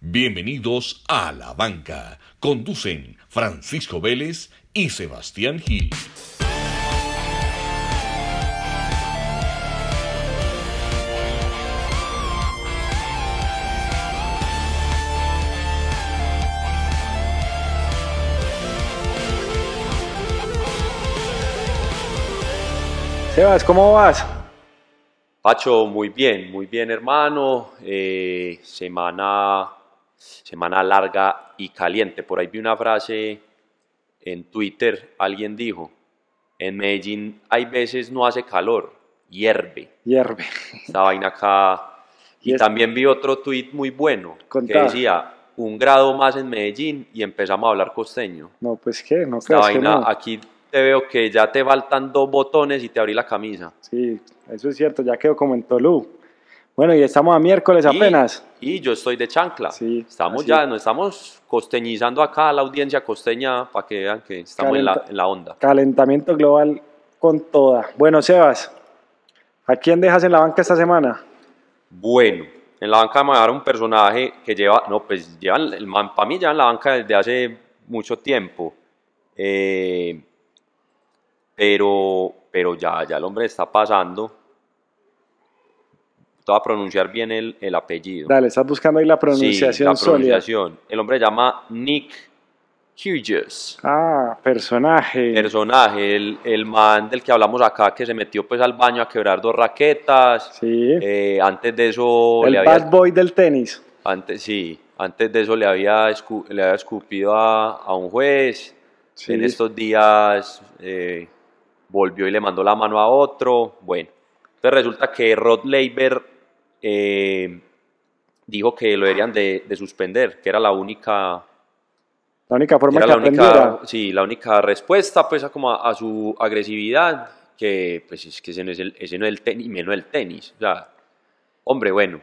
Bienvenidos a La Banca. Conducen Francisco Vélez y Sebastián Gil. Sebas, ¿cómo vas? Pacho, muy bien, muy bien hermano. Eh, semana, semana larga y caliente. Por ahí vi una frase en Twitter, alguien dijo, en Medellín hay veces no hace calor, hierve. Hierve. Esta vaina acá. Y, Y es- también vi otro tweet muy bueno Contá. que decía, un grado más en Medellín y empezamos a hablar costeño. No, pues qué, no Esta creas que vaina, no. aquí te veo que ya te faltan dos botones y te abrí la camisa. Sí, eso es cierto, ya quedó como en Tolú. Bueno, y estamos a miércoles Y- apenas. Y, yo estoy de chancla. Sí, estamos así ya, es. nos estamos costeñizando acá a la audiencia costeña para que vean que estamos en la, Calenta- en la onda. Calentamiento global con toda. Bueno, Sebas, ¿a quién dejas en la banca esta semana? Bueno, en la banca me dejaron un personaje que lleva, no, pues llevan, el man, para mí llevan la banca desde hace mucho tiempo. Eh, pero, pero ya, ya el hombre está pasando. Te voy a pronunciar bien el, el apellido. Dale, estás buscando ahí la pronunciación, sí, la sólida. pronunciación. El hombre se llama Nick Hughes. Ah, personaje. personaje, el, el man del que hablamos acá, que se metió pues al baño a quebrar dos raquetas. sí. Eh, antes de eso el le había, bad boy del tenis. antes, sí, antes de eso le había, escu- le había escupido a, a un juez. Sí. En estos días eh, volvió y le mandó la mano a otro. Bueno, entonces resulta que Rod Laver eh, dijo que lo deberían de, de suspender, que era la única La única forma era que la aprendiera. única, sí, la única respuesta pues a, como a, a su agresividad, que pues es que ese no es el, ese no es el tenis, menos el tenis. O sea, hombre, bueno,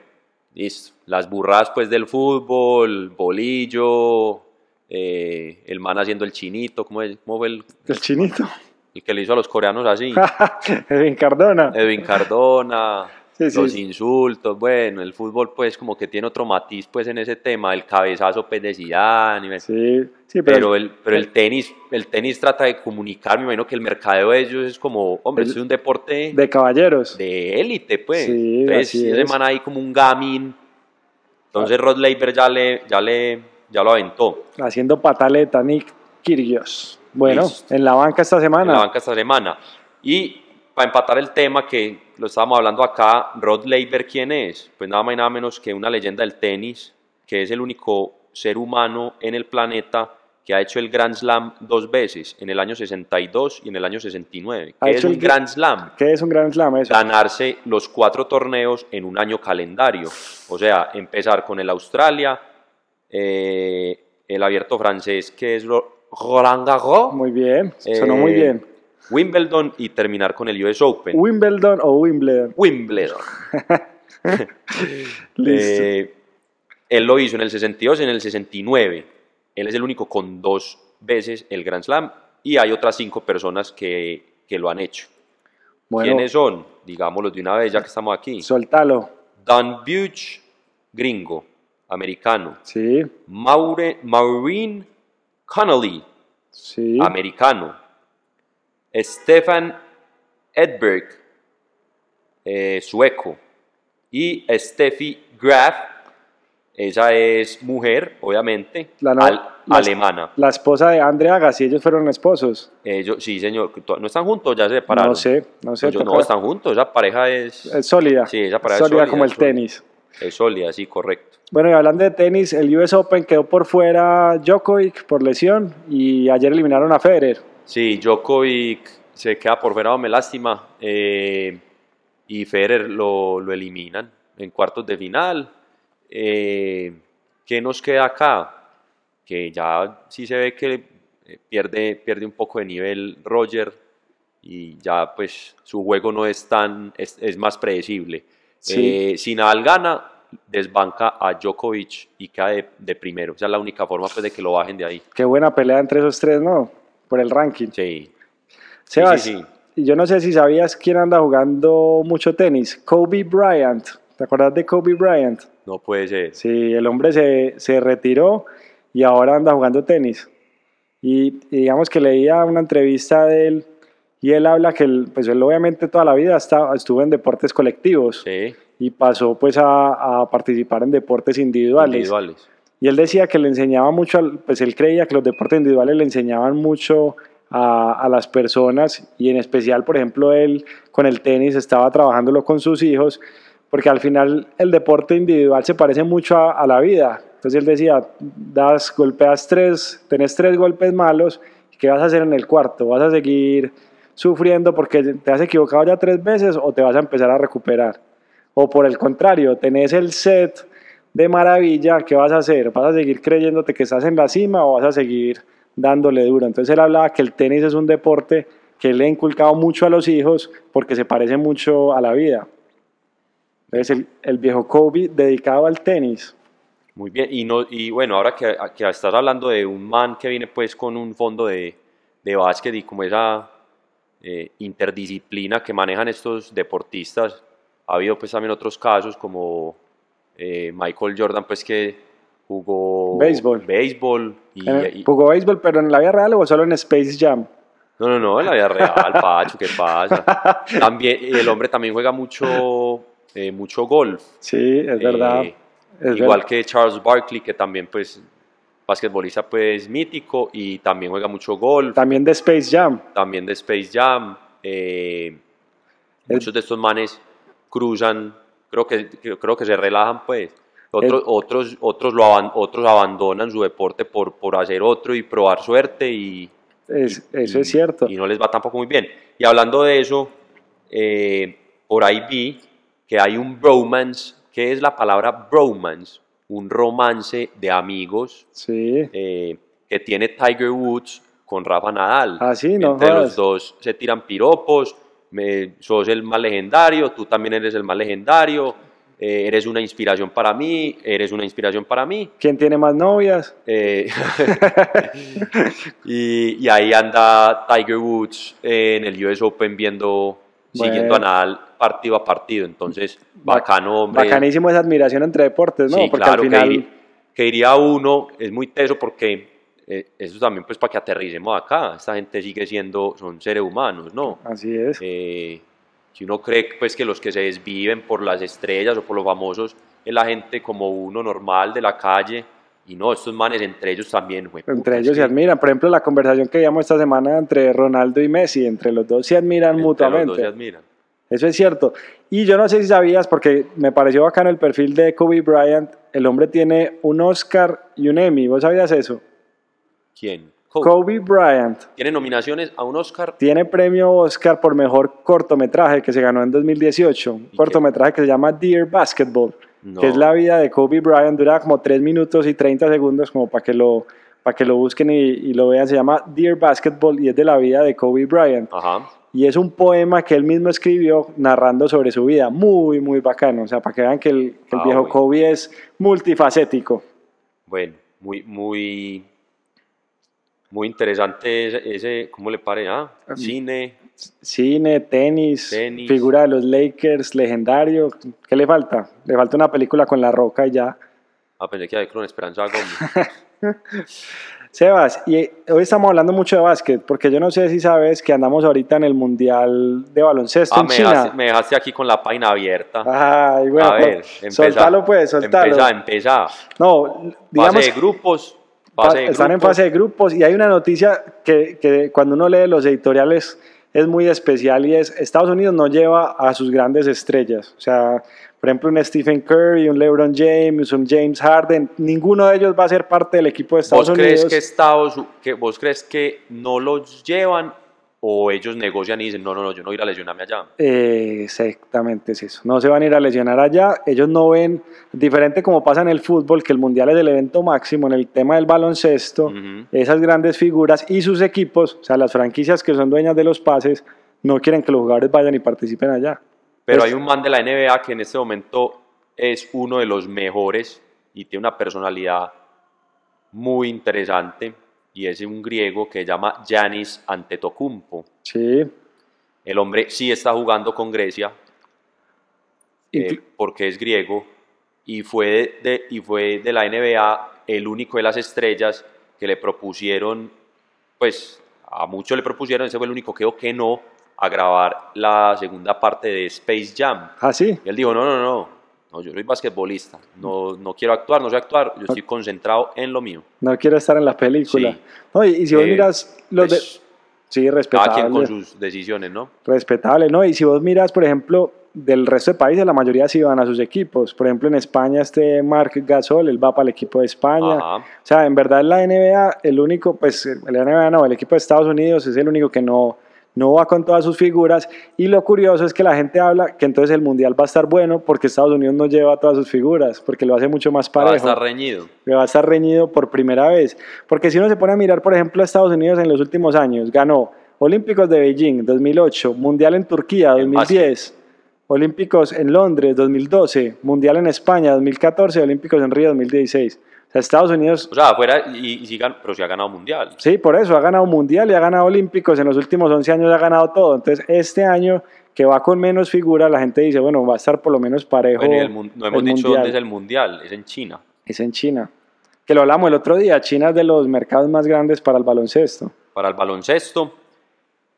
listo. Las burradas pues del fútbol, bolillo, eh, el man haciendo el chinito, ¿cómo, es? ¿Cómo fue el, El chinito. el que le hizo a los coreanos así? Edwin Cardona. Edwin Cardona, Sí, sí. Eh, los insultos, bueno, el fútbol pues como que tiene otro matiz pues en ese tema, el cabezazo pues de Zidane, y me- Sí, sí, pero, pero el, pero eh, el tenis, el tenis trata de comunicar, me imagino que el mercadeo de ellos es como, hombre, El- esto es un deporte de caballeros. de élite, pues. Sí, Entonces, así ese es. Ah. man ahí como un gamín. Entonces Rod Laver ya le, ya le, ya lo aventó haciendo pataleta Nick Kyrgios. Bueno, Listo. en la banca esta en la semana. banca esta semana. Y para empatar el tema que lo estábamos hablando acá, Rod Laver, ¿quién es? Pues nada más y nada menos que una leyenda del tenis, que es el único ser humano en el planeta que ha hecho el Grand Slam dos veces, en el año 62 y en el año 69. Ha ¿Qué es hecho el un gr- Grand Slam? que es un gran slam eso? ganarse los cuatro torneos en un año calendario. O sea, empezar con el Australia, eh, el abierto francés, que es lo- Roland Garros, Muy bien, sonó eh, muy bien. Wimbledon y terminar con el US Open. Wimbledon o Wimbledon. Wimbledon. Listo. Eh, él lo hizo en el 62 y en el 69. Él es el único con dos veces el Grand Slam y hay otras cinco personas que, que lo han hecho. bueno, ¿Quiénes son? Digámoslo de una vez, ya que estamos aquí. soltalo. Dan Buch, gringo, americano. Sí, Maure, Maureen Connolly, sí. americano. Stefan Edberg, eh, sueco. Y Steffi Graf, esa es mujer, obviamente, La no- al- la- alemana. La esposa de Andre Agassi, ellos fueron esposos. Ellos, sí, señor, ¿no están juntos? Ya se separaron. No sé, no sé. Ellos toca- Pues no están juntos, esa pareja es, es sólida. Sí, esa es parada es sólida sólida, como el sólida. tenis. es sólida, sí, correcto. Bueno, y hablando de tenis, el US Open quedó por fuera Djokovic por lesión y ayer eliminaron a Federer. Sí, Djokovic se queda por fuera, me lástima. eh, y Federer lo, lo eliminan en cuartos de final. Eh, ¿Qué nos queda acá? Que ya sí se ve que eh, pierde, pierde un poco de nivel Roger y ya pues su juego no es tan, es, es más predecible. Sí. Eh, si Nadal gana, desbanca a Djokovic y cae de, de primero. Esa es la única forma pues de que lo bajen de ahí. Qué buena pelea entre esos tres, ¿no? Por el ranking. Sí. Sebas, Sí, sí, sí. y yo no sé si sabías quién anda jugando mucho tenis. Kobe Bryant. ¿Te acordás de Kobe Bryant? No puede ser. Sí, el hombre se, se retiró y ahora anda jugando tenis. Y, y digamos que leía una entrevista de él y él habla que él, pues él obviamente toda la vida está, estuvo en deportes colectivos Sí, y pasó pues a, a participar en deportes individuales. individuales. Y él decía que le enseñaba mucho, al- pues él creía que los deportes individuales le enseñaban mucho a, a las personas y en especial, por ejemplo, él con el tenis estaba trabajándolo con sus hijos, porque al final el deporte individual se parece mucho a, a la vida. Entonces él decía, das, golpeas tres, tenés tres golpes malos, ¿qué vas a hacer en el cuarto? ¿Vas a seguir sufriendo porque te has equivocado ya tres veces o te vas a empezar a recuperar? O por el contrario, tenés el set de maravilla, ¿qué vas a hacer? ¿Vas a seguir creyéndote que estás en la cima o vas a seguir dándole duro? Entonces él hablaba que el tenis es un deporte que le ha inculcado mucho a los hijos porque se parece mucho a la vida. Entonces el, el viejo Kobe dedicado al tenis. Muy bien. Y, no, y bueno, ahora que, que estás hablando de un man que viene pues con un fondo de, de básquet y como esa eh, interdisciplina que manejan estos deportistas, ha habido pues también otros casos como eh, Michael Jordan pues que jugó Béisbol. Eh, béisbol y, En el- y- jugó béisbol, pero en la vida real o solo en Space Jam. No, no, no, en la vida real, Pacho, ¿qué pasa? También, el hombre también juega mucho, eh, mucho golf. Sí, es Eh, verdad. es igual verdad. que Charles Barkley, que también, pues, basquetbolista, pues, mítico y también juega mucho golf. También de Space Jam. También de Space Jam. eh, El- muchos de estos manes cruzan, creo que, creo que se relajan, pues. Otros, El- otros, otros, lo aban- otros abandonan su deporte por, por hacer otro y probar suerte y, Es- eso y- es cierto. Y no les va tampoco muy bien. Y hablando de eso, eh, por ahí vi que hay un bromance. ¿Qué es la palabra bromance? Un romance de amigos Sí. eh, que tiene Tiger Woods con Rafa Nadal. Ah, sí, no Entre los jodas. dos se tiran piropos. me- sos el más legendario, tú también eres el más legendario. eh, eres una inspiración para mí, eres una inspiración para mí. ¿Quién tiene más novias? Eh, y, y ahí anda Tiger Woods en el US Open viendo, siguiendo a Bueno. Nadal partido a partido. Entonces, bacano, hombre. Bacanísimo esa admiración entre deportes, ¿no? Sí, Porque claro, al final... que, ir- que iría uno, es muy teso porque eh, eso también pues para que aterricemos acá. Esta gente sigue siendo, son seres humanos, ¿no? Así es. Eh, si uno cree pues, que los que se desviven por las estrellas o por los famosos es la gente como uno normal de la calle, y no, estos manes entre ellos también, güey, puta, Entre ellos es se que admiran. Por ejemplo, la conversación que llevamos esta semana entre Ronaldo y Messi, entre los dos se admiran entre los mutuamente. dos se admiran. Eso es cierto. Y yo no sé si sabías, porque me pareció bacano el perfil de Kobe Bryant. El hombre tiene un Oscar y un Emmy. ¿Vos sabías eso? ¿Quién? Kobe. Kobe Bryant Tiene nominaciones a un Oscar. tiene premio Oscar por mejor cortometraje que se ganó en 2018. Un qué? cortometraje que se llama Dear Basketball, No. que es la vida de Kobe Bryant. Dura como 3 minutos y 30 segundos, como para que lo, para que lo busquen y, y lo vean. Se llama Dear Basketball y es de la vida de Kobe Bryant. Ajá. Y es un poema que él mismo escribió narrando sobre su vida. Muy, muy bacano. O sea, para que vean que el, que el Ah, viejo bueno. Kobe es multifacético. Bueno, muy, muy, muy interesante ese, ese- ¿cómo le pare? Ah, Ah, cine, Cine, tenis, Tenis. figura de los Lakers, legendario. ¿Qué le falta? Le falta una película con La Roca y ya. ah, pensé que había con Esperanza Gómez. Sebas, y eh, hoy estamos hablando mucho de básquet, porque yo no sé si sabes que andamos ahorita en el Mundial de Baloncesto Ah, en me China. dejaste, me dejaste aquí con la página abierta. Ay, bueno, a pues, ver, empezá. soltalo pues, soltalo. Empezá, empezá. No, digamos, Fase de grupos. pa- Fase de están en grupos. fase de grupos y hay una noticia que, que cuando uno lee los editoriales es muy especial y es Estados Unidos no lleva a sus grandes estrellas. O sea, por ejemplo, un Stephen Curry, un LeBron James, un James Harden, ninguno de ellos va a ser parte del equipo de Estados ¿Vos Unidos. crees que Estados, que vos crees que no los llevan o ellos negocian y dicen, no, no, no, yo no voy a ir a lesionarme allá? Eh, Exactamente es eso. No se van a ir a lesionar allá. Ellos no ven, diferente como pasa en el fútbol, que el mundial es el evento máximo en el tema del baloncesto. Ujú. Esas grandes figuras y sus equipos, o sea, las franquicias que son dueñas de los pases, no quieren que los jugadores vayan y participen allá. Pero Es- hay un man de la NBA que en este momento es uno de los mejores y tiene una personalidad muy interesante y es un griego que se llama Yanis Antetokounmpo. Sí. El hombre sí está jugando con Grecia, eh, Inclu- porque es griego, y fue, de, y fue de la NBA el único de las estrellas que le propusieron, pues a muchos le propusieron, ese fue el único que o que no, a grabar la segunda parte de Space Jam. ¿Ah, sí? Y él dijo, no, no, no, no, yo soy basquetbolista, no, no quiero actuar, no sé actuar, yo Ah. estoy concentrado en lo mío. No quiero estar en la película. Sí. No, y, y si vos Eh, miras los de- Pues, Pues, Sí, cada respetable. quien con sus decisiones, ¿no? Respetable, ¿no? Y si vos miras, por ejemplo, del resto de países, la mayoría sí van a sus equipos. Por ejemplo, en España, este Marc Gasol, él va para el equipo de España. Ajá. O sea, en verdad la NBA, el único, pues, la NBA no, el equipo de Estados Unidos es el único que no, no va con todas sus figuras. Y lo curioso es que la gente habla que entonces el Mundial va a estar bueno porque Estados Unidos no lleva todas sus figuras, porque lo hace mucho más parejo Va a estar reñido. que va a estar reñido por primera vez. Porque si uno se pone a mirar, por ejemplo, a Estados Unidos en los últimos años, ganó Olímpicos de Beijing 2008, Mundial en Turquía En 2010, Olímpicos en Londres 2012, Mundial en España 2014, Olímpicos en Río 2016. O sea, Estados Unidos, O sea, afuera, y, y sí gan- pero si ha ganado mundial. sí, por eso ha ganado Mundial y ha ganado Olímpicos, en los últimos 11 años ha ganado todo. Entonces, este año que va con menos figura, la gente dice, bueno, va a estar por lo menos parejo. Bueno, y Pues, el mun- no hemos el dicho mundial. dónde es el mundial, es en China. Es en China. Que lo hablamos el otro día. China es de los mercados más grandes para el baloncesto. para el baloncesto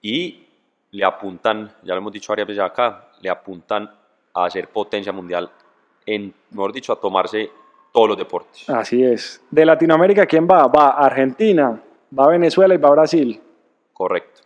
y le apuntan, ya lo hemos dicho varias veces acá, le apuntan a hacer potencia mundial, en, mejor dicho, a tomarse todos los deportes. Así es. De Latinoamérica, ¿quién va? Va Argentina, va Venezuela y va Brasil. Correcto.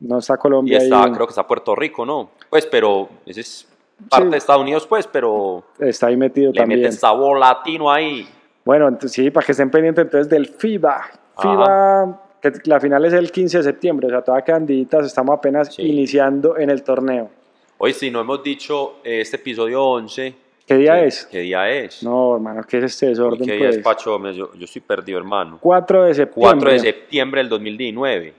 No está Y Colombia. está, ahí. creo que está Puerto Rico, ¿no? Pues, pero ese es parte Sí. de Estados Unidos, pues, pero Está ahí metido le también. meten sabor latino ahí. Bueno, entonces, sí, para que estén pendientes entonces del FIBA. FIBA, que la final es el 15 de septiembre, o sea, todavía quedan días, estamos apenas Sí. iniciando en el torneo. Hoy sí, no hemos dicho eh, este episodio 11. ¿Qué día ¿Qué- es? ¿Qué día es? No, hermano, ¿qué es este Uy, desorden? ¿Qué día es, pues? Pacho? Hombre, Yo, yo estoy perdido, hermano. 4 de septiembre. 4 de septiembre del 2019.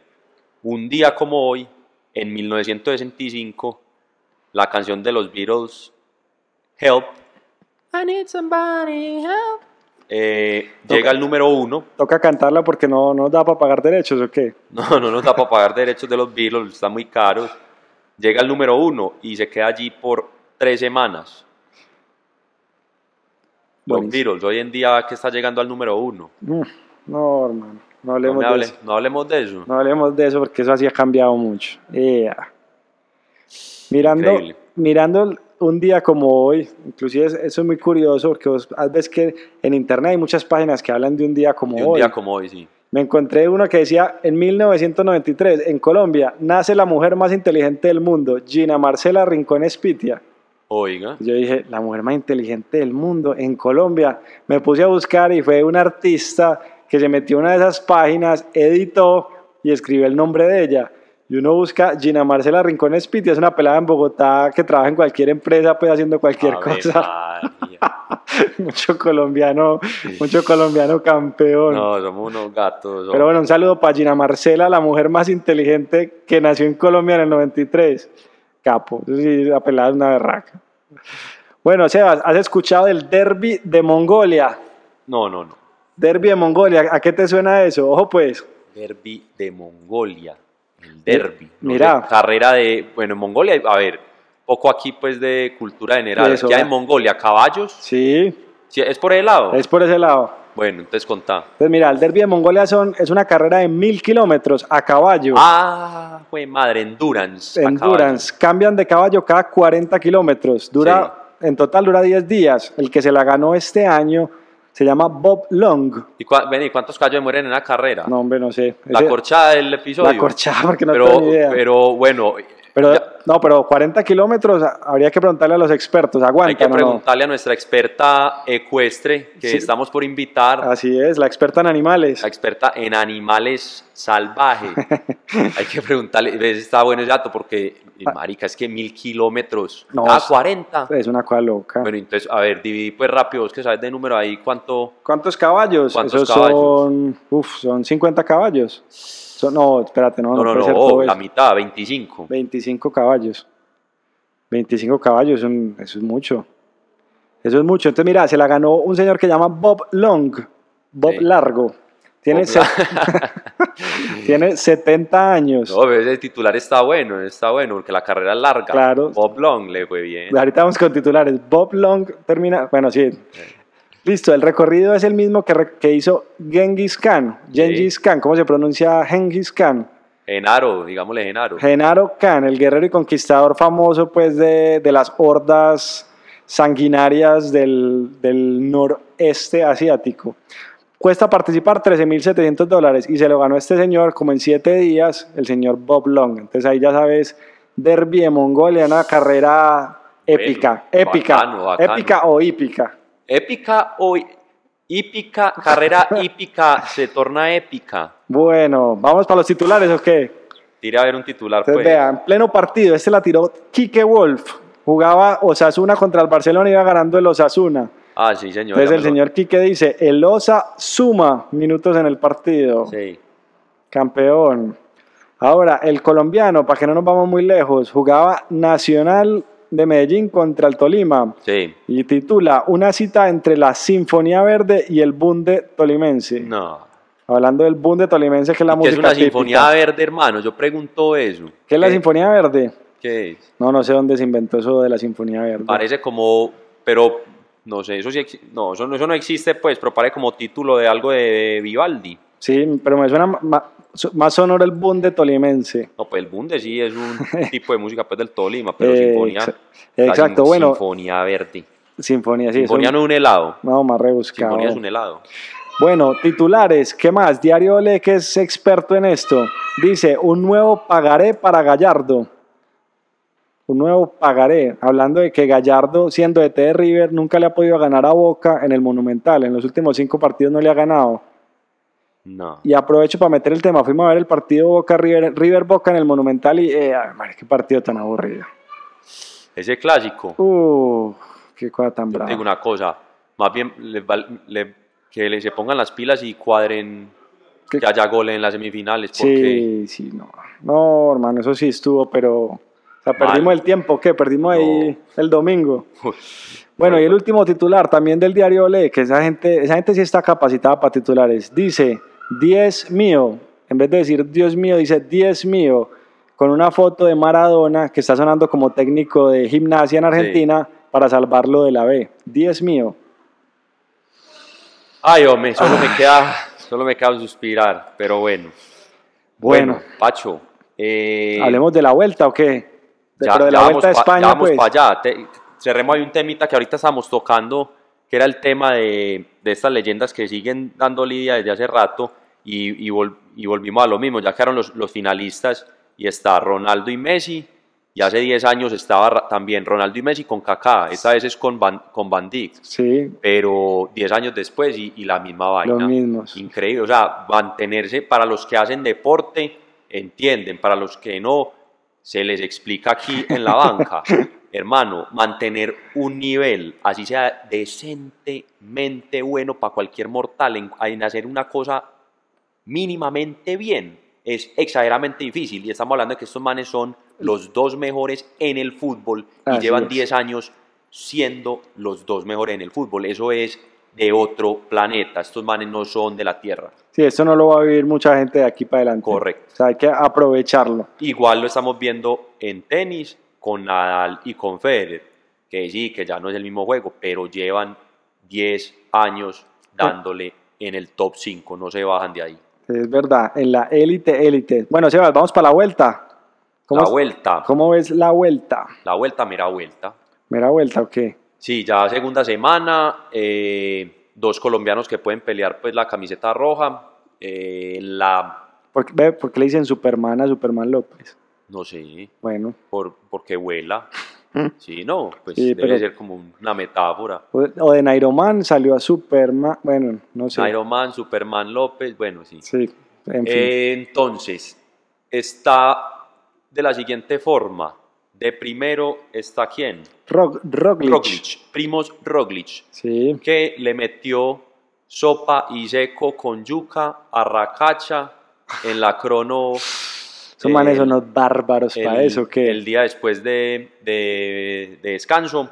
Un día como hoy, en 1965, la canción de los Beatles, Help, I need somebody help. eh, llega al número uno. Toca cantarla porque no no nos da para pagar derechos o qué. No, no nos da para pagar derechos de los Beatles, está muy caro. Llega al número uno y se queda allí por tres semanas. Los Buenísimo. Beatles, hoy en día que está llegando al número uno. Mm, No, hermano, no No, hablemos me de hable- eso. no hablemos de eso. No hablemos de eso porque eso así ha cambiado mucho. Ea. Mirando, Increíble. mirando un día como hoy, inclusive es- eso es muy curioso porque vos ah, ves que en internet hay muchas páginas que hablan de un día como Y un hoy. día como hoy, sí. Me encontré uno que decía, en 1993, en Colombia, nace la mujer más inteligente del mundo, Gina Marcela Rincón Espitia. Oiga, Yo dije, la mujer más inteligente del mundo en Colombia. Me puse a buscar y fue una artista que se metió a una de esas páginas, editó y escribió el nombre de ella. Y uno busca Gina Marcela Rincón Espitia, es una pelada en Bogotá que trabaja en cualquier empresa, pues haciendo cualquier Ave cosa. María. mucho colombiano, mucho colombiano campeón. No, somos unos gatos. Pero bueno, un saludo para Gina Marcela, la mujer más inteligente que nació en Colombia en el 93. Capo, eso sí, la pelada es una berraca. Bueno, Sebas, ¿has escuchado del derby de Mongolia? No, no, no. Derby de Mongolia, ¿a qué te suena eso? Ojo pues, Derby de Mongolia. El derby. ¿no? Mira. De carrera de. Bueno, en Mongolia, a ver, poco aquí pues de cultura general. Eso, eh. ya va. en Mongolia, caballos. sí, Sí, ¿Es por el lado? es por ese lado. Bueno, entonces contá. Entonces mira, el derby de Mongolia son, es una carrera de mil kilómetros a caballo. Ah, fue madre, endurance. a Endurance, cambian de caballo cada 40 kilómetros. Dura, en total dura 10 días. El que se la ganó este año se llama Bob Long. caballo. ¿Y, cua- ven, ¿y cuántos caballos mueren en una carrera? No, hombre, no sé. Ah. La Ese- corchada del episodio. La corchada, porque no pero, tengo ni idea. Pero, pero bueno, ya- no, pero 40 kilómetros a- habría que preguntarle a los expertos. Aguanta, hay que no, no. preguntarle a nuestra experta ecuestre que Sí. estamos por invitar. Así es, la experta en animales. la experta en animales salvajes. Hay que preguntarle, ¿ves? está bueno ese dato porque, eh, marica, es que mil kilómetros, Ah. No, ah, es- 40. Es una cosa loca. Bueno, entonces, a ver, dividí pues rápido, vos que sabes de número ahí, ¿cuánto? ¿Cuántos caballos? ¿Cuántos Esos caballos? son. Uf, son 50 caballos. Son- no, espérate, no, no, No, no, puede no, ser oh, todo la eso. mitad, 25. 25 caballos. 25 caballos, son- eso es mucho. Eso es mucho. Entonces, mira, se la ganó un señor que llama Bob Long, Bob Sí. Largo. Tiene, se- Oblak. tiene 70 años. No, pero ese titular está bueno, está bueno, porque la carrera es larga. Claro. Bob Long le fue bien. Ahorita vamos con titulares. Bob Long termina. Bueno, sí. Listo, el recorrido es el mismo que, re- que hizo Genghis Khan. Genghis Khan, ¿cómo se pronuncia Genghis Khan? Genaro, digámosle Genaro. Genaro Khan, el guerrero y conquistador famoso pues de, de las hordas sanguinarias del, del noreste asiático. Cuesta participar 13.700 dólares y se lo ganó este señor como en 7 días, el señor Bob Long. Entonces ahí ya sabes, derby de Mongolia, una carrera épica, Bueno, épica, bacano, bacano. épica o hípica. Épica o hípica, carrera hípica se torna épica. Bueno, ¿vamos para los titulares o qué? Tira a ver un titular, Entonces pues. vean, en pleno partido, este la tiró Quique Wolf. Jugaba Osasuna contra el Barcelona, iba ganando el Osasuna. Ah, sí, señor. Entonces el dámelo. señor Quique dice, el Osa suma minutos en el partido, Sí. campeón. Ahora, el colombiano, para que no nos vamos muy lejos, jugaba Nacional de Medellín contra el Tolima Sí. y titula Una cita entre la Sinfonía Verde y el Bunde Tolimense. No. Hablando del Bunde Tolimense, que es la ¿Qué música es una típica. sinfonía verde, Eh. hermano? Yo pregunto eso. ¿Qué es la Sinfonía Verde? ¿Qué es? No, no sé dónde se inventó eso de la Sinfonía Verde. Parece como, pero no sé, eso sí, ex- no, eso, no- eso no existe pues, pero parece como título de algo de Vivaldi. Sí, pero me suena ma- ma- so- más sonoro el bunde tolimense. No, pues el bunde sí es un tipo de música pues del Tolima, pero Eh, sinfonía. exa- la Exacto, sin- bueno, Sinfonía verde. sinfonía, sí. sinfonía eso- no es un helado. no, más rebuscado. Sinfonía es un helado. Bueno, titulares, ¿qué más? Diario Ole, que es experto en esto, dice, un nuevo pagaré para Gallardo. Un nuevo pagaré, hablando de que Gallardo, siendo de T de River, nunca le ha podido ganar a Boca en el Monumental. En los últimos cinco partidos no le ha ganado. No. Y aprovecho para meter el tema. Fuimos a ver el partido Boca River, River Boca en el Monumental y eh, ay, madre, qué partido tan aburrido. Ese clásico. Uh, qué cosa tan Yo te brava. digo una cosa, más bien le val- le- que le- se pongan las pilas y cuadren ¿Qué? que haya goles en las semifinales, porque Sí, sí, no. No, hermano, eso sí estuvo, pero. O sea, Mal. perdimos el tiempo, ¿qué? Perdimos ahí el domingo. Uy. Bueno, y el último titular también del diario Olé, que esa gente, esa gente sí está capacitada para titulares. Dice, 10 mío. En vez de decir Dios mío, dice 10 mío. Con una foto de Maradona que está sonando como técnico de gimnasia en Argentina para salvarlo de la B. 10 mío. ay hombre, solo Ah. me queda, solo me queda suspirar, pero bueno. Bueno. Pacho, eh, ¿Hablemos de la vuelta o qué? De- ya- pero de ya la vuelta a vamos pa- ya España, vamos pues. para allá. Te- cerremos ahí un temita que ahorita estábamos tocando, que era el tema de, de estas leyendas que siguen dando lidia desde hace rato y, y vol- y volvimos a lo mismo. Ya quedaron los, los finalistas y está Ronaldo y Messi. Y hace 10 años estaba ra- también Ronaldo y Messi con Kaká. Esta vez es con Van, con Van Dijk. Sí, Pero 10 años después y, y la misma vaina. los mismos. Increíble, o sea, mantenerse para los que hacen deporte, entienden, para los que no, se les explica aquí en la banca. Hermano, mantener un nivel, así sea decentemente bueno para cualquier mortal, en, en hacer una cosa mínimamente bien, es exageradamente difícil. Y estamos hablando de que estos manes son los dos mejores en el fútbol y Así llevan es. 10 años siendo los dos mejores en el fútbol. Eso es de otro planeta. Estos manes no son de la Tierra. Sí, esto no lo va a vivir mucha gente de aquí para adelante. Correcto. O sea, hay que aprovecharlo. Igual lo estamos viendo en tenis con Nadal y con Federer, que sí, que ya no es el mismo juego, pero llevan 10 años dándole en el top 5, no se bajan de ahí. Es verdad, en la élite, élite. Bueno, Sebas, vamos para la vuelta. La es- vuelta, ¿Cómo ves la vuelta? la vuelta, mira vuelta. ¿Mera vuelta o qué? Sí, ya segunda semana, eh, dos colombianos que pueden pelear pues la camiseta roja, eh, la, ¿Por qué, ve, por qué le dicen Superman a Superman López? no sé, Bueno, por, porque vuela. Sí, no, pues Mm. Sí, debe pero- ser como una metáfora. o o de Nairoman salió a Superman. Bueno, no sé. Iron Man, Superman López, bueno, sí. Sí, en fin. Eh, entonces, está de la siguiente forma. De primero está quién? Rog- Roglic. Roglic, Primos Roglic, Sí, que le metió sopa y seco con yuca a Racacha en la crono esos manes el- son unos bárbaros Pues, para Eh, el- eso. ¿qué? el día después de, de- de descanso.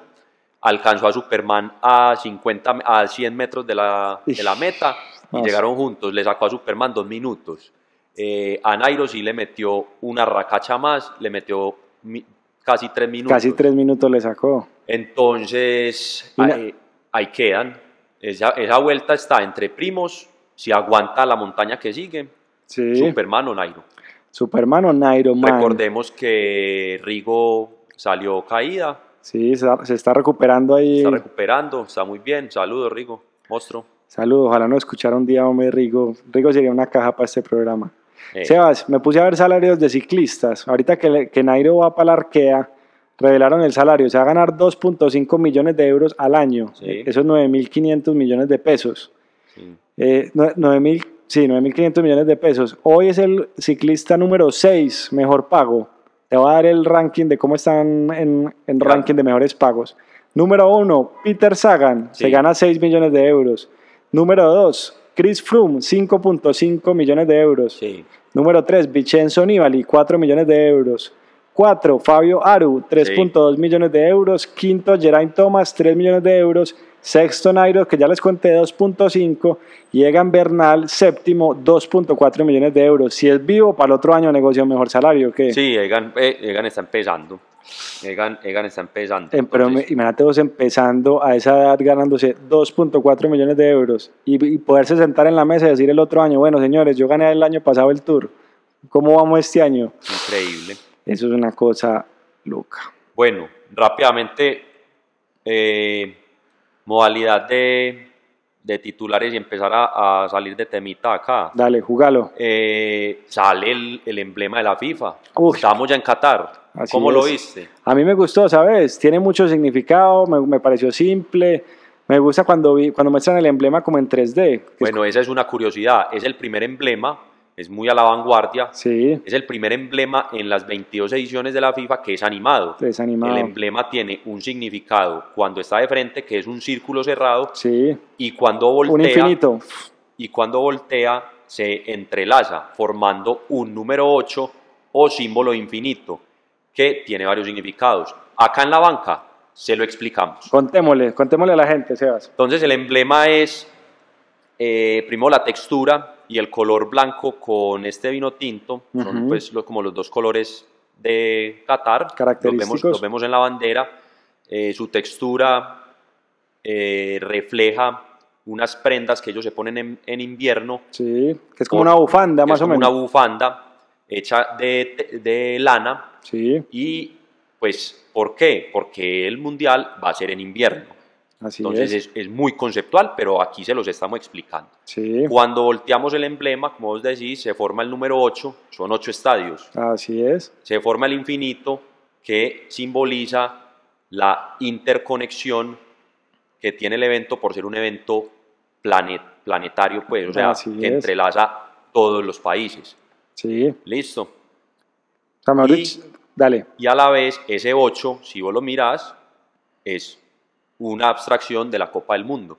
Alcanzó a Superman a, 50, me- a 100 metros de la, de la meta y Ah, sí. llegaron juntos, le sacó a Superman dos minutos. Eh, a Nairo sí le metió una racacha más, le metió mi- casi tres minutos. Casi tres minutos le sacó. Entonces, Una- ahí, ahí quedan. Esa, esa vuelta está entre primos, si aguanta la montaña que sigue, Sí. Superman o Nairo. Superman o Nairo Man. Recordemos que Rigo salió caída, Sí, se, se está recuperando ahí. está recuperando, está muy bien. Saludos, Rigo, monstruo. Saludos, ojalá no escuchara un día, hombre, Rigo. Rigo sería una caja para este programa. Eh, Sebas, me puse a ver salarios de ciclistas. Ahorita que, le- que Nairo va para la arquea, revelaron el salario. Se va a ganar 2.5 millones de euros al año. Sí. Eh, Eso es 9.500 millones de pesos. sí. Eh, nue- 9.000, sí, 9.500 millones de pesos. Hoy es el ciclista número 6 mejor pago. Te voy a dar el ranking de cómo están en, en Claro. ranking de mejores pagos. Número 1, Peter Sagan, se Sí. gana 6 millones de euros. Número 2, Chris Froome, 5.5 millones de euros. Sí, Número 3, Vincenzo Nibali, 4 millones de euros. 4, Fabio Aru, 3.2 millones de euros. Quinto, Geraint Thomas, 3 millones de euros. Sexto, Nairo, que ya les conté, 2.5. Y Egan Bernal, séptimo, 2.4 millones de euros. Si es vivo, para el otro año negocio mejor salario. que sí, Egan, eh, Egan está empezando. Egan, Egan está empezando. En prom- entonces, Eh, imagínate vos empezando a esa edad ganándose 2.4 millones de euros y, y poderse sentar en la mesa y decir el otro año, bueno señores, yo gané el año pasado el tour, ¿cómo vamos este año? increíble. Eso es una cosa loca. Bueno, rápidamente, eh, modalidad de, de titulares y empezar a, a salir de temita acá. Dale, jugalo. Eh, sale el, el emblema de la FIFA. Uy. Estamos ya en Qatar. Así ¿Cómo lo es. viste? A mí me gustó, ¿sabes? Tiene mucho significado, me, me pareció simple. Me gusta cuando, vi, cuando muestran el emblema como en 3D. que es- Bueno, esa es una curiosidad. Es el primer emblema, es muy a la vanguardia. sí, Es el primer emblema en las 22 ediciones de la FIFA que es animado. es animado. El emblema tiene un significado cuando está de frente, que es un círculo cerrado, sí, y cuando un voltea, infinito. y cuando voltea se entrelaza, formando un número 8 o símbolo infinito, que tiene varios significados. Acá en la banca se lo explicamos. Contémosle, contémosle a la gente, Sebas. Entonces el emblema es eh, primero la textura y el color blanco con este vino tinto, son Ujú. pues lo- como los dos colores de Qatar, Los Característicos. vemos, los vemos en la bandera, Eh, su textura eh, refleja unas prendas que ellos se ponen en, en invierno, Sí, que es como O- una bufanda, que más es o como menos. una bufanda hecha de, te- de lana sí, y pues ¿por qué? Porque el mundial va a ser en invierno. así Entonces es. es, es muy conceptual, pero aquí se los estamos explicando. Sí, Cuando volteamos el emblema, como vos decís, se forma el número 8, son 8 estadios. así es. Se forma el infinito que simboliza la interconexión que tiene el evento por ser un evento planet, planetario, pues, o sea, Así que es. entrelaza todos los países. Sí. Listo. O sea, mejor Y- dicho, dale. Y a la vez, ese 8, si vos lo mirás, es una abstracción de la Copa del Mundo.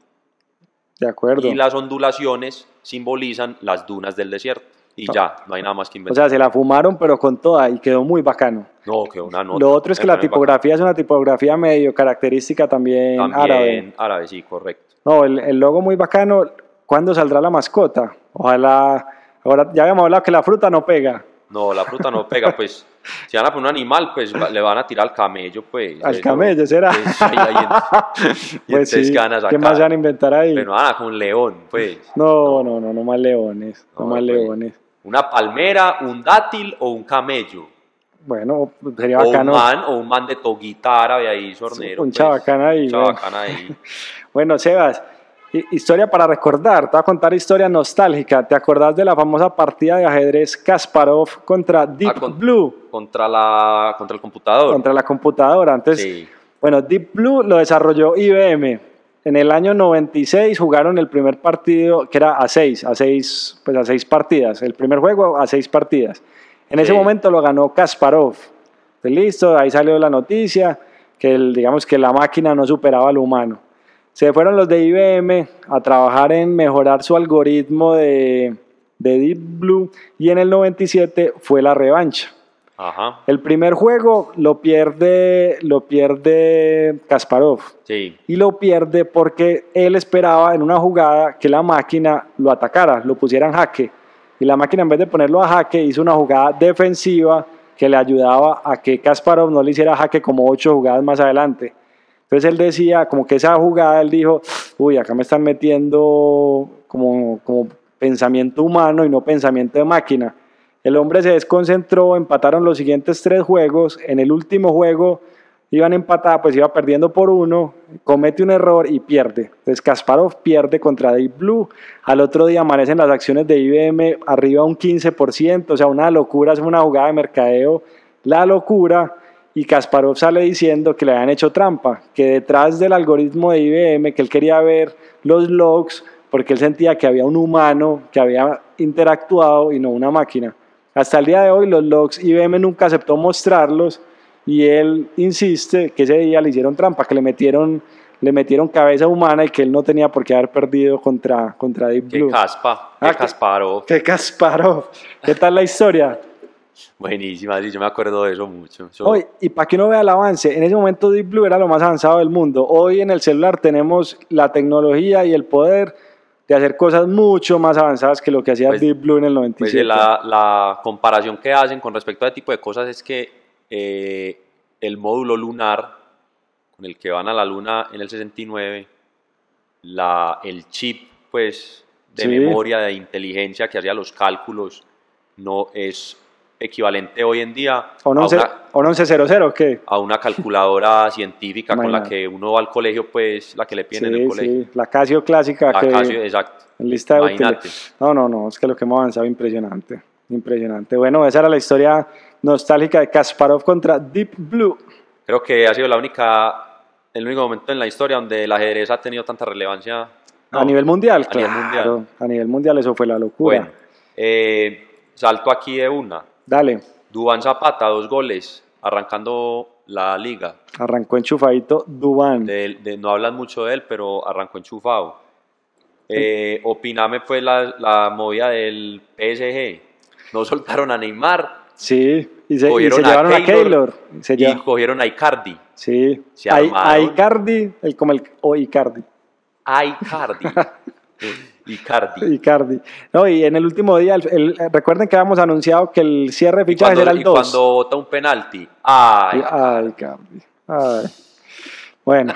De acuerdo. Y las ondulaciones simbolizan las dunas del desierto. Y Ah. ya, no hay nada más que O inventar. sea, se la fumaron, pero con toda y quedó muy bacano. no, que una nota. Lo otro es que la Bueno, tipografía es una tipografía medio característica también, También árabe. árabe. sí, correcto. No, el, el logo muy bacano. ¿Cuándo saldrá la mascota? Ojalá. Ahora ya habíamos hablado que la fruta no pega. No, la fruta no pega, pues. Si van a poner un animal, pues va- le van a tirar al camello, pues. Al eso- camello, será. Eso ahí hay en- y Pues entonces sí, ganas ¿Qué acá. más se van a inventar ahí? Pero nada, con un león, pues. no, no, no, no más leones. No, No, más pues. leones. Una palmera, un dátil o un camello. Bueno, sería O un bacano. man, o un man de toguita árabe ahí, sornero. Un pues. chabacán ahí, Un bueno. chabacán ahí. Bueno, Sebas, hi- historia para recordar, te voy a contar historia nostálgica. ¿Te acordás de la famosa partida de ajedrez Kasparov contra Deep Ah, con- Blue? Contra, la, contra el computador. Contra la computadora. Entonces, Sí. bueno, Deep Blue lo desarrolló IBM. En el año 96 jugaron el primer partido, que era a seis, a seis, pues a seis partidas. El primer juego a seis partidas. En ese Sí. momento lo ganó Kasparov. Entonces, listo, ahí salió la noticia que el- digamos que la máquina no superaba al humano. Se fueron los de IBM a trabajar en mejorar su algoritmo de, de Deep Blue y en el 97 fue la revancha. Ajá. El primer juego lo pierde, lo pierde Kasparov Sí. y lo pierde porque él esperaba en una jugada que la máquina lo atacara, lo pusiera en jaque. Y la máquina en vez de ponerlo a jaque hizo una jugada defensiva que le ayudaba a que Kasparov no le hiciera jaque como ocho jugadas más adelante. Entonces él decía, como que esa jugada, él dijo, uy, acá me están metiendo como, como pensamiento humano y no pensamiento de máquina. El hombre se desconcentró, empataron los siguientes tres juegos. En el último juego iban empatados, pues iba perdiendo por uno, comete un error y pierde. Entonces Kasparov pierde contra Deep Blue. Al otro día amanecen las acciones de IBM arriba un 15%, o sea, una locura, es una jugada de mercadeo, la locura. Y Kasparov sale diciendo que le habían hecho trampa, que detrás del algoritmo de IBM, que él quería ver los logs, porque él sentía que había un humano que había interactuado y no una máquina. Hasta el día de hoy los logs IBM nunca aceptó mostrarlos y él insiste que ese día le hicieron trampa, que le metieron, le metieron cabeza humana y que él no tenía por qué haber perdido contra, contra Deep Qué Blue. caspa. Ah, Qué qué- casparo. ¡Qué Kasparov! ¿Qué tal la historia? Buenísima. Sí, yo me acuerdo de eso mucho. Eso- Hoy, y para que uno vea el avance, en ese momento Deep Blue era lo más avanzado del mundo. Hoy en el celular tenemos la tecnología y el poder de hacer cosas mucho más avanzadas que lo que hacía Pues- Deep Blue en el Pues 97. eh, la, la comparación que hacen con respecto a este tipo de cosas es que eh, el módulo lunar con el que van a la luna en el 69, la, el chip pues de Sí. memoria, de inteligencia que hacía los cálculos, no es equivalente hoy en día ¿O no a once- una, o no 1100, ¿qué? a una calculadora científica con la Imagínate. que uno va al colegio, pues la que le piden en el Sí, colegio. sí, la Casio clásica La que Casio, exacto. en lista de útiles. Imagínate. No, no, no, es que lo que hemos avanzado impresionante, impresionante. Bueno, esa era la historia nostálgica de Kasparov contra Deep Blue. Creo que ha sido la única, el único momento en la historia donde el ajedrez ha tenido tanta relevancia. No, a nivel mundial, a nivel claro. mundial. A nivel mundial eso fue la locura. Bueno, eh, salto aquí de una. Dale, Dubán Zapata, dos goles, arrancando la liga. arrancó enchufadito Dubán. De él- de- no hablan mucho de él, pero arrancó enchufado. Eh, opiname pues la, la movida del PSG. No soltaron a Neymar Sí, y se, y Cogieron se a llevaron a Keylor Keylor. Se y lleva- cogieron a Icardi. sí, se a, a armaron. Icardi, el, como el, o Icardi. A Icardi. Icardi. Icardi. No, y en el último día, el- el- recuerden que habíamos anunciado que el cierre de Y fichajes cuando, era el y 2. cuando bota un penalti. Ay, Ay, Cardi. Ay. Bueno.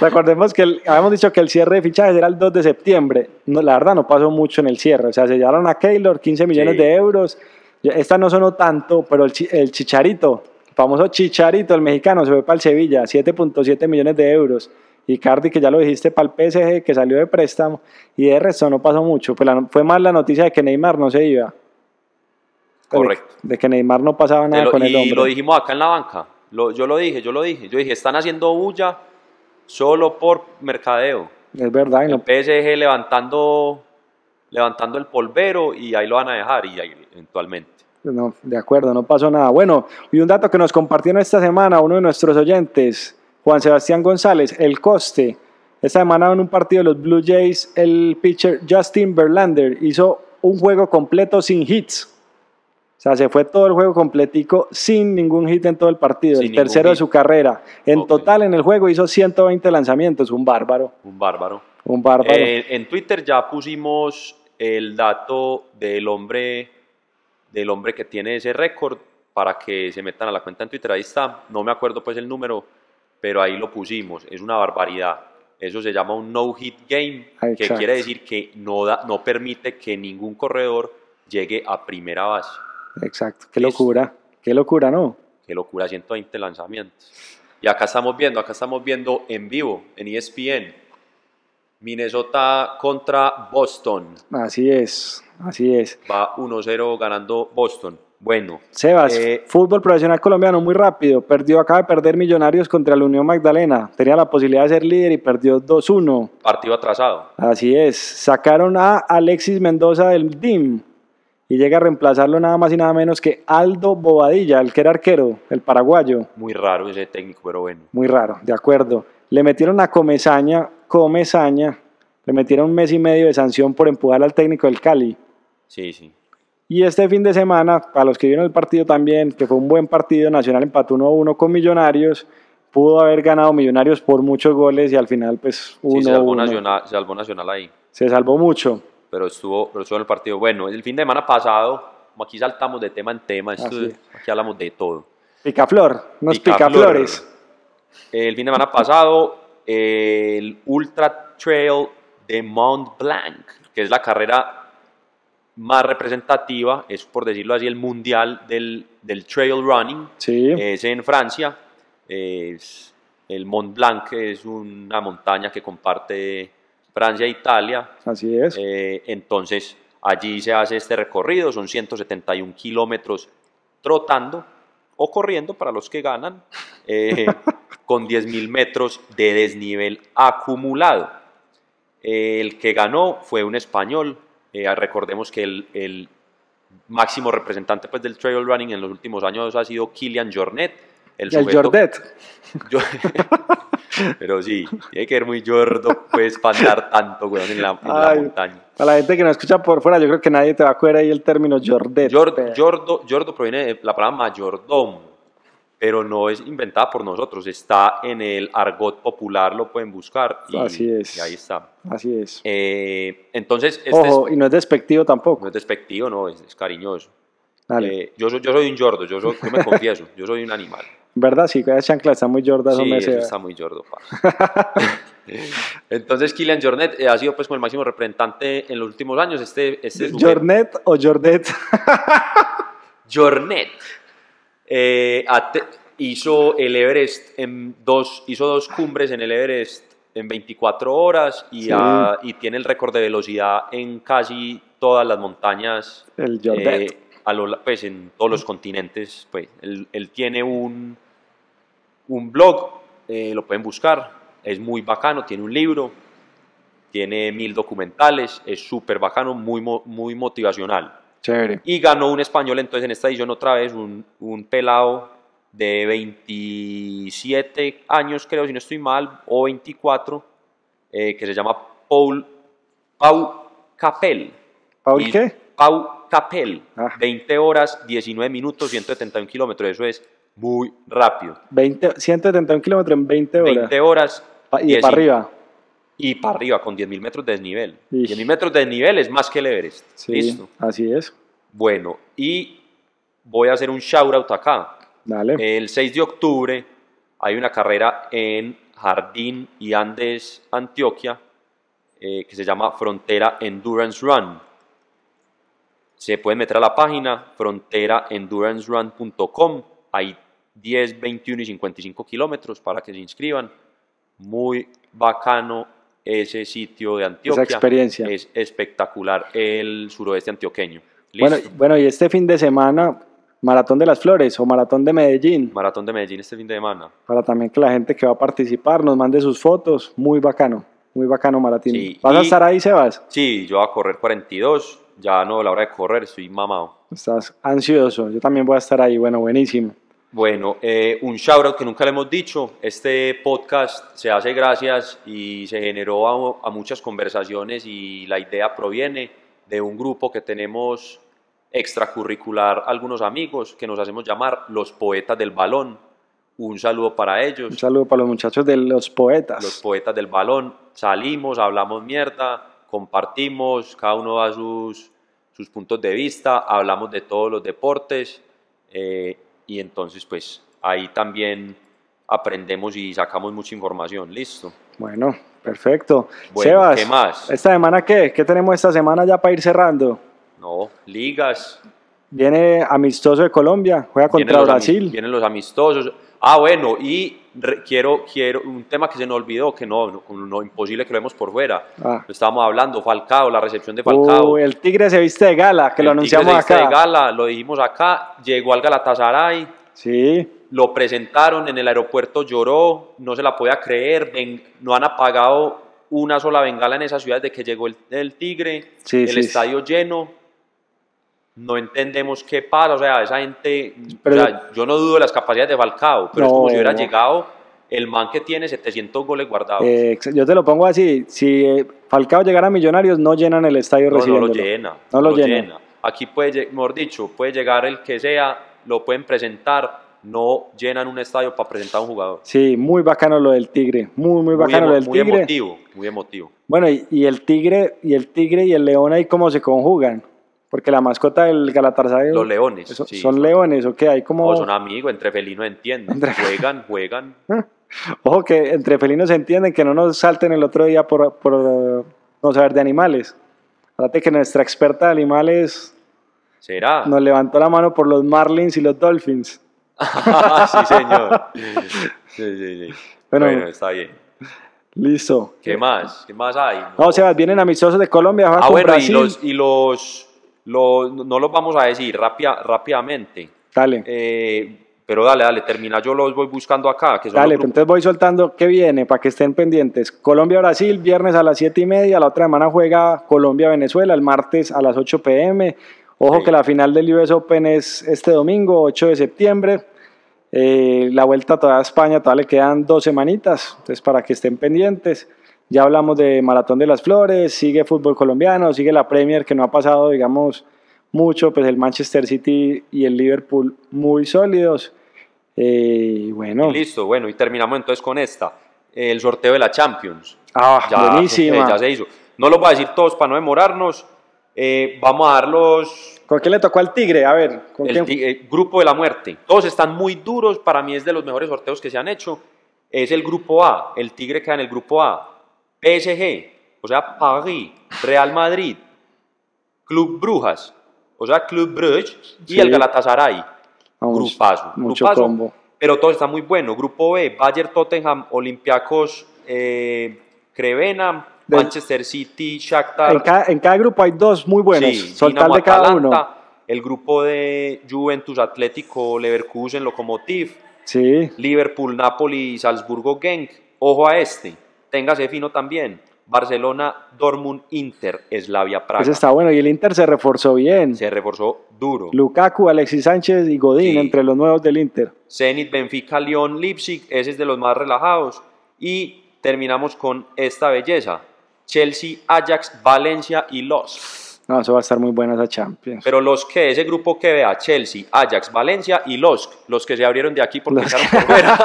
Recordemos que el- habíamos dicho que el cierre de fichajes era el 2 de septiembre. No, la verdad no pasó mucho en el cierre. O sea, se llevaron a Keylor 15 millones Sí. de euros. Ya- Esta no sonó tanto, pero el, chi- el Chicharito, el famoso Chicharito, el mexicano, se fue para el Sevilla, 7.7 millones de euros. Y Cardi, que ya lo dijiste, para el PSG, que salió de préstamo. Y de resto no pasó mucho. Pues la no- fue más la noticia de que Neymar no se iba. De- Correcto. De, que Neymar no pasaba nada Te lo- con el y hombre. lo dijimos acá en la banca. Lo- yo lo dije, yo lo dije. Yo dije, están haciendo bulla solo por mercadeo. Es verdad, y El no- PSG levantando, levantando el polvero y ahí lo van a dejar y ahí, eventualmente. no, de acuerdo, no pasó nada. Bueno, y un dato que nos compartieron esta semana uno de nuestros oyentes, Juan Sebastián González, el coste. Esta semana en un partido de los Blue Jays, el pitcher Justin Verlander hizo un juego completo sin hits. O sea, se fue todo el juego completico sin ningún hit en todo el partido, Sin el ningún tercero de hit. su carrera. En Ok. total en el juego hizo 120 lanzamientos, un bárbaro, Un bárbaro. un bárbaro. Eh, en Twitter ya pusimos el dato del hombre, del hombre que tiene ese récord para que se metan a la cuenta en Twitter. Ahí está. No me acuerdo pues el número, pero ahí lo pusimos. Es una barbaridad. Eso se llama un no-hit game, Ay, que exacto. quiere decir que no, da, no permite que ningún corredor llegue a primera base. Exacto, qué listo. locura, qué locura, ¿no? Qué locura, 120 lanzamientos. Y acá estamos viendo, acá estamos viendo en vivo, en E ESPN, Minnesota contra Boston. Así es, así es. Va 1-0 ganando Boston. Bueno, Sebas, Eh, fútbol profesional colombiano muy rápido. Perdió, acaba de perder Millonarios contra la Unión Magdalena. Tenía la posibilidad de ser líder y perdió 2-1. partido atrasado. Así es. Sacaron a Alexis Mendoza del DIM y llega a reemplazarlo nada más y nada menos que Aldo Bobadilla, el que era arquero, el paraguayo. Muy raro ese técnico, pero bueno. Muy raro, de acuerdo. Le metieron a Comezaña, Comezaña, le metieron un mes y medio de sanción por empujar al técnico del Cali. Sí, sí. Y este fin de semana, para los que vieron el partido también, que fue un buen partido, Nacional empató 1-1 con Millonarios, pudo haber ganado Millonarios por muchos goles y al final pues 1-1. Sí, se salvó, nacional, se salvó Nacional ahí, Se salvó mucho. pero estuvo, pero estuvo en el partido. Bueno, el fin de semana pasado, como aquí saltamos de tema en tema, esto- Así es. aquí hablamos de todo. Picaflor, unos Picaflor. picaflores. El fin de semana pasado, eh, el Ultra Trail de Mont Blanc, que es la carrera más representativa, es por decirlo así, el mundial del, del trail running, Sí, es en Francia. Es el Mont Blanc que es una montaña que comparte Francia e Italia. así es. Eh, entonces, allí se hace este recorrido, son 171 kilómetros trotando o corriendo para los que ganan, eh, con 10.000 metros de desnivel acumulado. Eh, el que ganó fue un español, eh, recordemos que el, el máximo representante pues, del trail running en los últimos años ha sido Kilian Jornet. El, y el sujeto- Jordet. yo- pero sí, tiene que ser muy yordo pues para andar tanto, weón, en la, en la Ay. montaña. Para la gente que nos escucha por fuera, yo creo que nadie te va a coger ahí el término Jordet. Yordo, pero- yordo, yordo proviene de la palabra mayordomo, pero no es inventada por nosotros, está en el argot popular, lo pueden buscar y, Así es. y ahí está. Así es. Eh, entonces, este Ojo, es- Eh, y no es despectivo no tampoco. es despectivo, no, es, es cariñoso. Dale. Eh, yo, soy, yo soy un yordo, yo, soy- yo me confieso, yo soy un animal. ¿Verdad? Sí, esas chanclas están muy jordas. Sí, hombre, eso se- está muy jordo, pa. Entonces, Kylian Jornet eh, ha sido pues como el máximo representante en los últimos años. Este, este sujeto- ¿Jornet o Jordet? Jornet eh, ate- hizo el Everest en dos, hizo dos cumbres en el Everest en 24 horas y, Sí. ha- y tiene el récord de velocidad en casi todas las montañas El Jordet. eh, a lo la- pues en todos los continentes, pues él, él tiene un, un blog, eh, lo pueden buscar, es muy bacano, tiene un libro, tiene mil documentales, es súper bacano, muy, mo- muy motivacional. Chévere. Y ganó un español entonces en esta edición otra vez, un, un pelado de 27 años creo, si no estoy mal, o 24, eh, que se llama Paul, Pau Capel. ¿Paul Y- qué? Pau Capel. Ah. 20 horas, 19 minutos, 171 kilómetros. Eso es muy rápido. 20, 171 kilómetros en 20 horas. 20 horas. Pa- y 10 para arriba. Y para arriba, con 10.000 metros de desnivel. Ish. 10.000 metros de desnivel es más que el Everest. Sí, Listo. así es. Bueno, y voy a hacer un shout out acá. Dale. El 6 de octubre hay una carrera en Jardín y Andes, Antioquia, eh, que se llama Frontera Endurance Run. Se pueden meter a la página fronteraendurancerun.com. Hay 10, 21 y 55 kilómetros para que se inscriban. Muy bacano ese sitio de Antioquia. experiencia. Es espectacular el suroeste antioqueño. bueno, Listo. bueno, y este fin de semana, Maratón de las Flores o Maratón de Medellín. Maratón de Medellín este fin de semana. para también que la gente que va a participar nos mande sus fotos. Muy bacano. Muy bacano, Maratín. Sí, ¿Vas a y- estar ahí, Sebas? Sí, yo voy a correr 42. Ya no, a la hora de correr, estoy mamado. Estás ansioso. Yo también voy a estar ahí. Bueno, buenísimo. Bueno, eh, un shoutout que nunca le hemos dicho. Este podcast se hace gracias y se generó a, a muchas conversaciones y la idea proviene de un grupo que tenemos extracurricular, algunos amigos que nos hacemos llamar los poetas del balón. Un saludo para ellos. Un saludo para los muchachos de Los Poetas. Pues- los poetas del balón, salimos, hablamos mierda, compartimos, cada uno da sus, sus puntos de vista, hablamos de todos los deportes eh, y entonces pues ahí también aprendemos y sacamos mucha información, listo. Bueno, perfecto. Bueno, Sebas, ¿qué más? ¿esta semana qué? ¿Qué tenemos esta semana ya para ir cerrando? No, ligas, Viene amistoso de Colombia, juega vienen contra los ami- Brasil. vienen los amistosos. Ah, bueno, y re- quiero, quiero un tema que se nos olvidó, que no, no, no, imposible que lo vemos por fuera. Ah. Lo estábamos hablando, Falcao, la recepción de Falcao. Uy, el Tigre se viste de gala, que lo El anunciamos Tigres de acá. Gala, lo dijimos acá, llegó al Galatasaray, Sí, lo presentaron en el aeropuerto, lloró, no se la podía creer, ven- no han apagado una sola bengala en esa ciudad desde que llegó el, el Tigre, Sí, el sí, estadio lleno, no entendemos qué pasa, o sea, esa gente, Pero o sea, yo no dudo de las capacidades de Falcao, pero es como No. si hubiera llegado el man que tiene 700 goles guardados, eh, ex- yo te lo pongo así, si eh, Falcao llegara a Millonarios no llenan el estadio no, no lo recibiéndolo. llena, No lo llena. aquí puede, lle- mejor dicho, puede llegar el que sea, lo pueden presentar, no llenan un estadio para presentar a un jugador. Sí, muy bacano lo del Tigre, muy, muy bacano emo- lo del muy Tigre. emotivo, muy emotivo. Bueno, y, y el Tigre y el Tigre y el León ahí cómo se conjugan, porque la mascota del Galatasaray Los leones. eso- sí, son leones, ¿o qué? Hay como... o son amigos, entre felinos entienden. Entre- Juegan, juegan. Ojo que entre felinos se entienden que no nos salten el otro día por, por eh, no saber de animales. Fíjate que nuestra experta de animales ¿Será? nos levantó la mano por los Marlins y los Dolphins. sí, señor. Sí, sí, sí. Bueno. Bueno, está bien. Listo. ¿Qué más? ¿Qué más hay? No, Sebas, vienen amistosos de Colombia, juegan Ah, con bueno, y Brasil. los, y los, los- no los vamos a decir rápida- rápidamente, Dale, Eh, pero dale, dale, termina, yo los voy buscando acá, que son dale, pues, los grupos. entonces voy soltando qué viene para que estén pendientes. Colombia-Brasil, viernes a las 7 y media, la otra semana juega Colombia-Venezuela, el martes a las 8 pm. Ojo Sí. que la final del US Open es este domingo, 8 de septiembre. Eh, la vuelta toda a España, todavía le quedan dos semanitas, entonces para que estén pendientes. Ya hablamos de Maratón de las Flores, sigue fútbol colombiano, sigue la Premier que no ha pasado, digamos, mucho, pues el Manchester City y el Liverpool muy sólidos. Eh, y bueno, Listo, bueno, y terminamos entonces con esta, el sorteo de la Champions. ah, Ya, buenísima. eh, ya se hizo. No los voy a decir todos para no demorarnos, Eh, vamos a dar los... ¿Con qué le tocó al Tigre? A ver, ¿con el quién? ti- eh, grupo de la muerte. Todos están muy duros, para mí es de los mejores sorteos que se han hecho. Es el grupo A, el Tigre queda en el grupo A. PSG, o sea, París, Real Madrid, Club Brujas, o sea, Club Bruges y Sí. el Galatasaray. Vamos, grupazo, Mucho grupazo. combo. Pero todo está muy bueno. Grupo B, Bayern Tottenham, Olympiacos, eh, Crevena, De- Manchester City, Shakhtar. En cada, en cada grupo hay dos muy buenos, Sí, soltar Dinamo de cada uno. Atalanta, El grupo de Juventus, Atlético, Leverkusen, Lokomotiv, Sí, Liverpool, Napoli, Salzburgo, Genk. Ojo a este. Téngase fino también. Barcelona, Dortmund, Inter, Slavia, Praga. ese está bueno. Y el Inter se reforzó bien. Se reforzó duro. Lukaku, Alexis Sánchez y Godín, Sí. entre los nuevos del Inter. Zenit, Benfica, Lyon, Leipzig. Ese es de los más relajados. Y terminamos con esta belleza. Chelsea, Ajax, Valencia y Los. No, eso va a estar muy buena esa Champions. Pero los que, ese grupo que vea, Chelsea, Ajax, Valencia y Losk, los que se abrieron de aquí porque Los quedaron por fuera.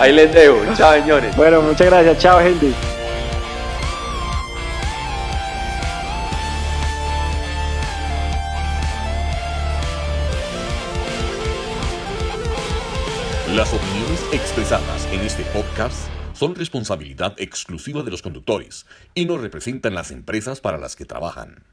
Ahí les dejo. Chao, señores. Bueno, muchas gracias. Chao, gente. Las opiniones expresadas en este podcast son responsabilidad exclusiva de los conductores y no representan las empresas para las que trabajan.